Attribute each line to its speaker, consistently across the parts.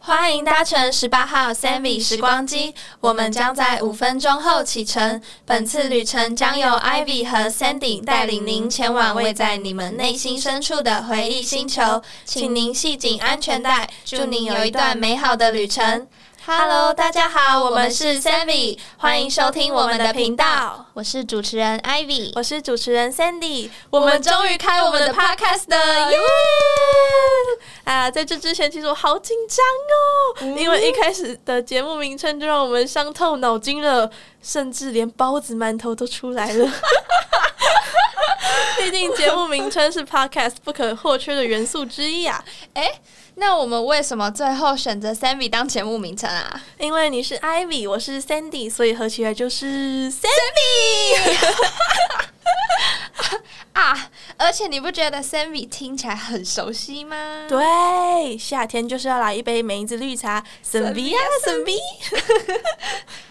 Speaker 1: 欢迎搭乘十八号 Sammy 时光机，我们将在五分钟后启程。本次旅程将由 Ivy 和 Sandy 带领您前往位在你们内心深处的回忆星球，请您系紧安全带，祝您有一段美好的旅程。Hello，大家好，我们是 Sammy，欢迎收听我们的频道。
Speaker 2: 我是主持人 Ivy，
Speaker 1: 我是主持人 Sandy，我们终于开我们的 podcast 了，耶！啊，在这之前，其实我好紧张哦，因为一开始的节目名称就让我们伤透脑筋了，甚至连包子、馒头都出来了。 毕竟节目名称是 podcast 不可或缺的元素之一啊，
Speaker 2: 那我们为什么最后选择 Sammy 当节目名称啊？
Speaker 1: 因为你是 Ivy，我是 Sandy，所以合起来就是 Sammy。
Speaker 2: 啊，而且你不觉得 Sammy 听起来很熟悉吗？
Speaker 1: 对，夏天就是要来一杯梅子绿茶，神比啊神比。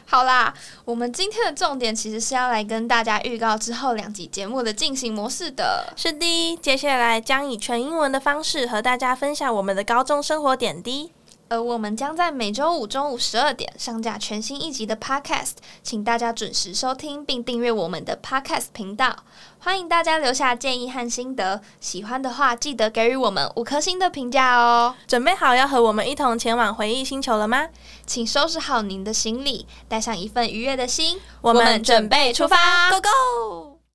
Speaker 2: 好啦，我们今天的重点其实是要来跟大家预告之后两集节目的进行模式的。
Speaker 1: 是的，接下来将以全英文的方式和大家分享我们的高中生活点滴。
Speaker 2: 而呃我们将在每周五中午十二点上架全新一集的 Podcast，请大家准时收听并订阅我们的 Podcast 频道。欢迎大家留下建议和心得，喜欢的话记得给予我们五颗星的评价哦。
Speaker 1: 准备好要和我们一同前往回忆星球了吗？
Speaker 2: 请收拾好您的行李，带上一份愉悦的心，
Speaker 1: 我们准
Speaker 2: 备
Speaker 1: 出发，Go Go！